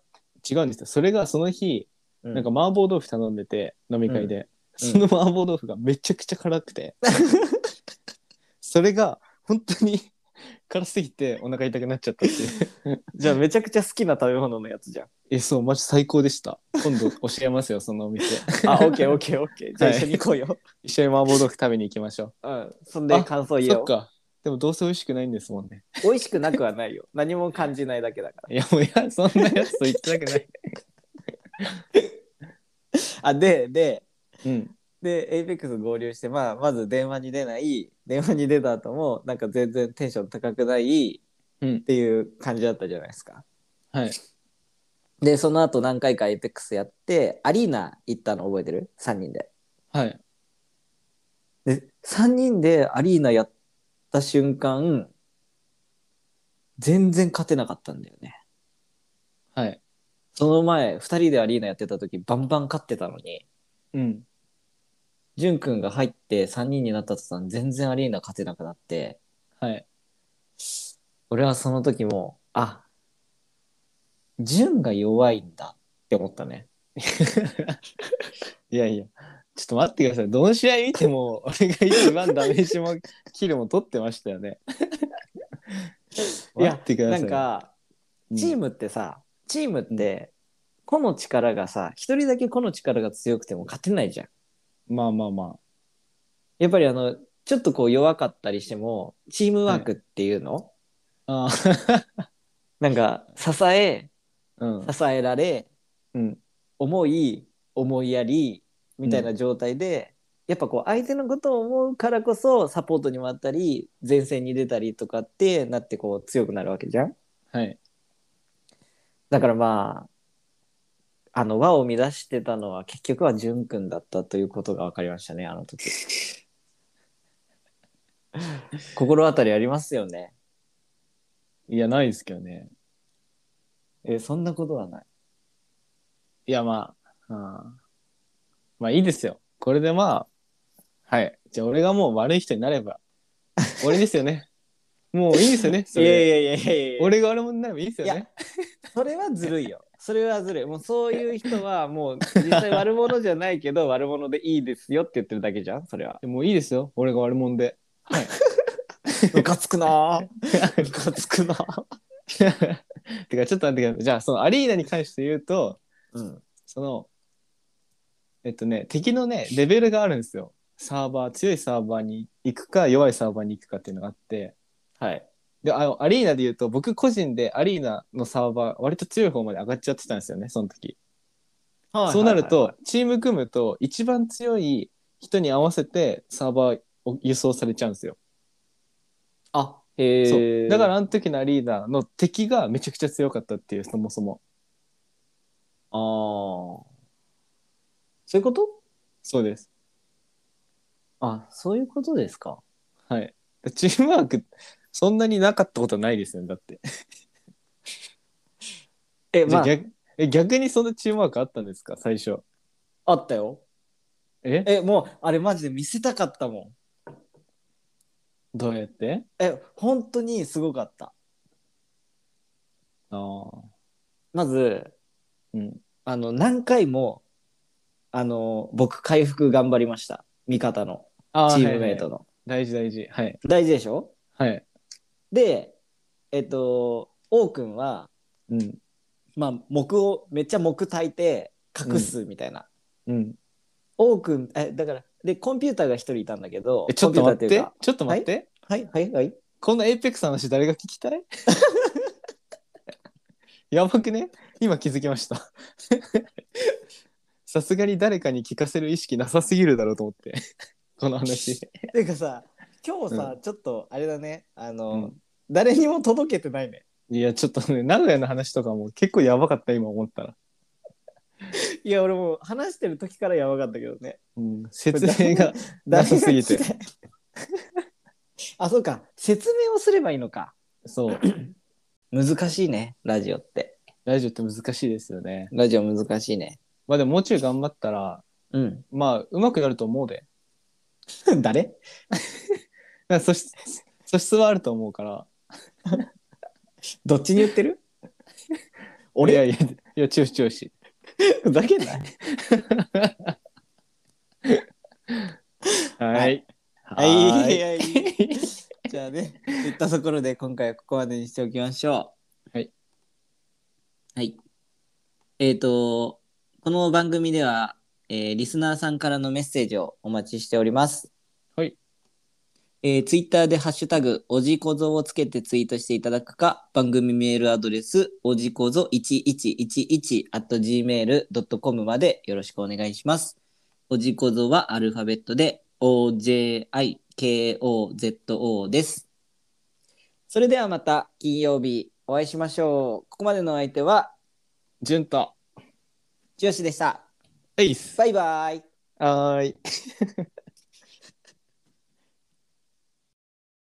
S2: 違うんですよそれがその日、
S1: う
S2: なんか麻婆豆腐頼んでて飲み会で、
S1: うん
S2: その麻婆豆腐がめちゃくちゃ辛 くて、それが本当に辛すぎてお腹痛くなっちゃったっていう
S1: じゃあめちゃくちゃ好きな食べ物のやつじゃん。
S2: えそうマジ最高でした今度教えますよそのお店
S1: あ、オッケーオッケーオ ッケー。じゃあ
S2: はい
S1: 一緒に行こうよ。
S2: 一緒に麻婆豆腐食べに行きましょ
S1: うん。そんで
S2: あ
S1: 感想
S2: う
S1: 言
S2: そ
S1: お
S2: っ
S1: う。
S2: かでもどうせ美味しくないんですもんね
S1: 美味しくなくはないよ。何も感じないだけだから。
S2: いやもういやそんなやつと言ってたくない
S1: あ、で、で、
S2: うん
S1: で、エイペックス合流して、まあ、まず電話に出ない、電話に出た後も、なんか全然テンション高くない
S2: うん
S1: っていう感じだったじゃないですか。
S2: はい
S1: で、その後何回かエイペックスやって、アリーナ行ったの覚えてる ?3 人で。
S2: はい
S1: で、3人でアリーナやった瞬間、全然勝てなかったんだよね。
S2: はい
S1: その前、2人でアリーナやってた時、バンバン勝ってたのに、
S2: うん
S1: ジュン君が入って3人になった途端、全然アリーナ勝てなくなって、
S2: はい
S1: 俺はその時もあ純が弱いんだって思ったね
S2: いやいやちょっと待ってくださいどの試合見ても俺が一番ダメージもキルも取ってましたよね
S1: いや
S2: 待ってください
S1: なんか
S2: うん
S1: チームってさ、チームって個の力がさ一人だけ個の力が強くても勝てないじゃん
S2: まあまあま
S1: やっぱりあのちょっとこう弱かったりしてもチームワークっていうの、
S2: ああー
S1: なんか支え
S2: うん
S1: 支えられ
S2: うん
S1: 思い思いやりみたいな状態で、やっぱこう相手のことを思うからこそサポートに回ったり前線に出たりとかってなってこう強くなるわけじゃん
S2: はい
S1: だからまああの輪を乱してたのは結局は淳君だったということが分かりましたねあの 時心当たりありますよね
S2: いやないですけどね
S1: えそんなことはない
S2: いや、まあ、うんまあいいですよ。これでまあ、はい。じゃあ俺がもう悪い人になれば、俺です よね。もういいですよね。それで
S1: いやいやいやいや
S2: 俺が悪者になればいいですよね。
S1: それはずるいよ。それはずるい。もうそういう人はもう実際悪者じゃないけど悪者でいいですよって言ってるだけじゃんそれは。
S2: もういいですよ。俺が悪者で。
S1: ムカつくなぁ。 ムカつくなぁ。
S2: てか、ちょっと待ってください。じゃあ、そのアリーナに関して言うと、
S1: うん。
S2: その、えっとね、敵のね、レベルがあるんですよ。サーバー、強いサーバーに行くか、弱いサーバーに行くかっていうのがあって、
S1: はい。
S2: で、あの、アリーナで言うと、僕個人でアリーナのサーバー、割と強い方まで上がっちゃってたんですよね、その時。そうなると、チーム組むと、一番強い人に合わせてサーバーを輸送されちゃうんですよ。
S1: あへ
S2: そ
S1: え。
S2: うだから、あの時のアリーナの敵がめちゃくちゃ強かったっていう、そもそも。
S1: ああ。そういうこと
S2: そうです。
S1: あそういうことですか。
S2: はい。チームワーク、そんなになかったことはないですよね、だって。
S1: え、
S2: じゃ
S1: ま
S2: あ逆え逆にそんなチームワークあったんですか、最初。
S1: あ、あったよ。
S2: え
S1: え、もうあれマジで見せたかったもん。
S2: どうやって
S1: え、本当にすごかった。
S2: ああ。
S1: まず、
S2: うん。
S1: あの何回もあの僕回復頑張りました味方の
S2: あ
S1: チームメイト
S2: の。
S1: の、
S2: 大事大事。はい。
S1: 大事でしょ
S2: はい。
S1: でえっと王くんは
S2: うん。
S1: まあ木をめっちゃ木焚いて隠すみたいな、
S2: うん。
S1: 王くんえだからでコンピューターが一人いたんだけど
S2: え、ちょっと待っ
S1: コンピュ
S2: て
S1: ーター。
S2: ちょっと待って。
S1: いうかはいはいはい
S2: こんなエイペックスの話誰が聞きたい やばくね今気づきました さすがに誰かに聞かせる意識なさすぎるだろうと思って この話
S1: ていうかさ今日さ、ちょっとあれだねあの、
S2: うん
S1: 誰にも届けてないね
S2: いやちょっとね 名古屋の話とかも結構やばかった今思ったら、
S1: いや俺もう話してる時からやばかったけどね
S2: うん、説明がな
S1: 誰
S2: さ
S1: が
S2: すぎて
S1: 来た。あ、そうか。説明をすればいいのか。
S2: そう
S1: 難しいね、ラジオって。
S2: ラジオって難しいですよね
S1: ラジオ難しいね。
S2: まあでももうちょい頑張ったら
S1: うん。
S2: まあ、うまくなると思うで。
S1: 誰
S2: なんか素質、素質はあると思うから。
S1: どっちに言って る俺
S2: いやいや、いや、チューシチューシ。
S1: ふざけんな。
S2: はいい。
S1: はい。
S2: はーい
S1: はいじゃあね、といったところで今回はここまでにしておきましょう。
S2: はい。
S1: はい。えっ、と、この番組では、えーリスナーさんからのメッセージをお待ちしております。
S2: はい。
S1: えー、ツイッターでハッシュタグ、おじこぞをつけてツイートしていただくか、番組メールアドレス、おじこぞ1111 at gmail.com までよろしくお願いします。おじこぞはアルファベットで OJIKOZO です。それではまた金曜日お会いしましょう。ここまでのお相手は、
S2: ジュンと。
S1: ジュヨシでした。
S2: えいっす。
S1: バイバイ。
S2: はーい。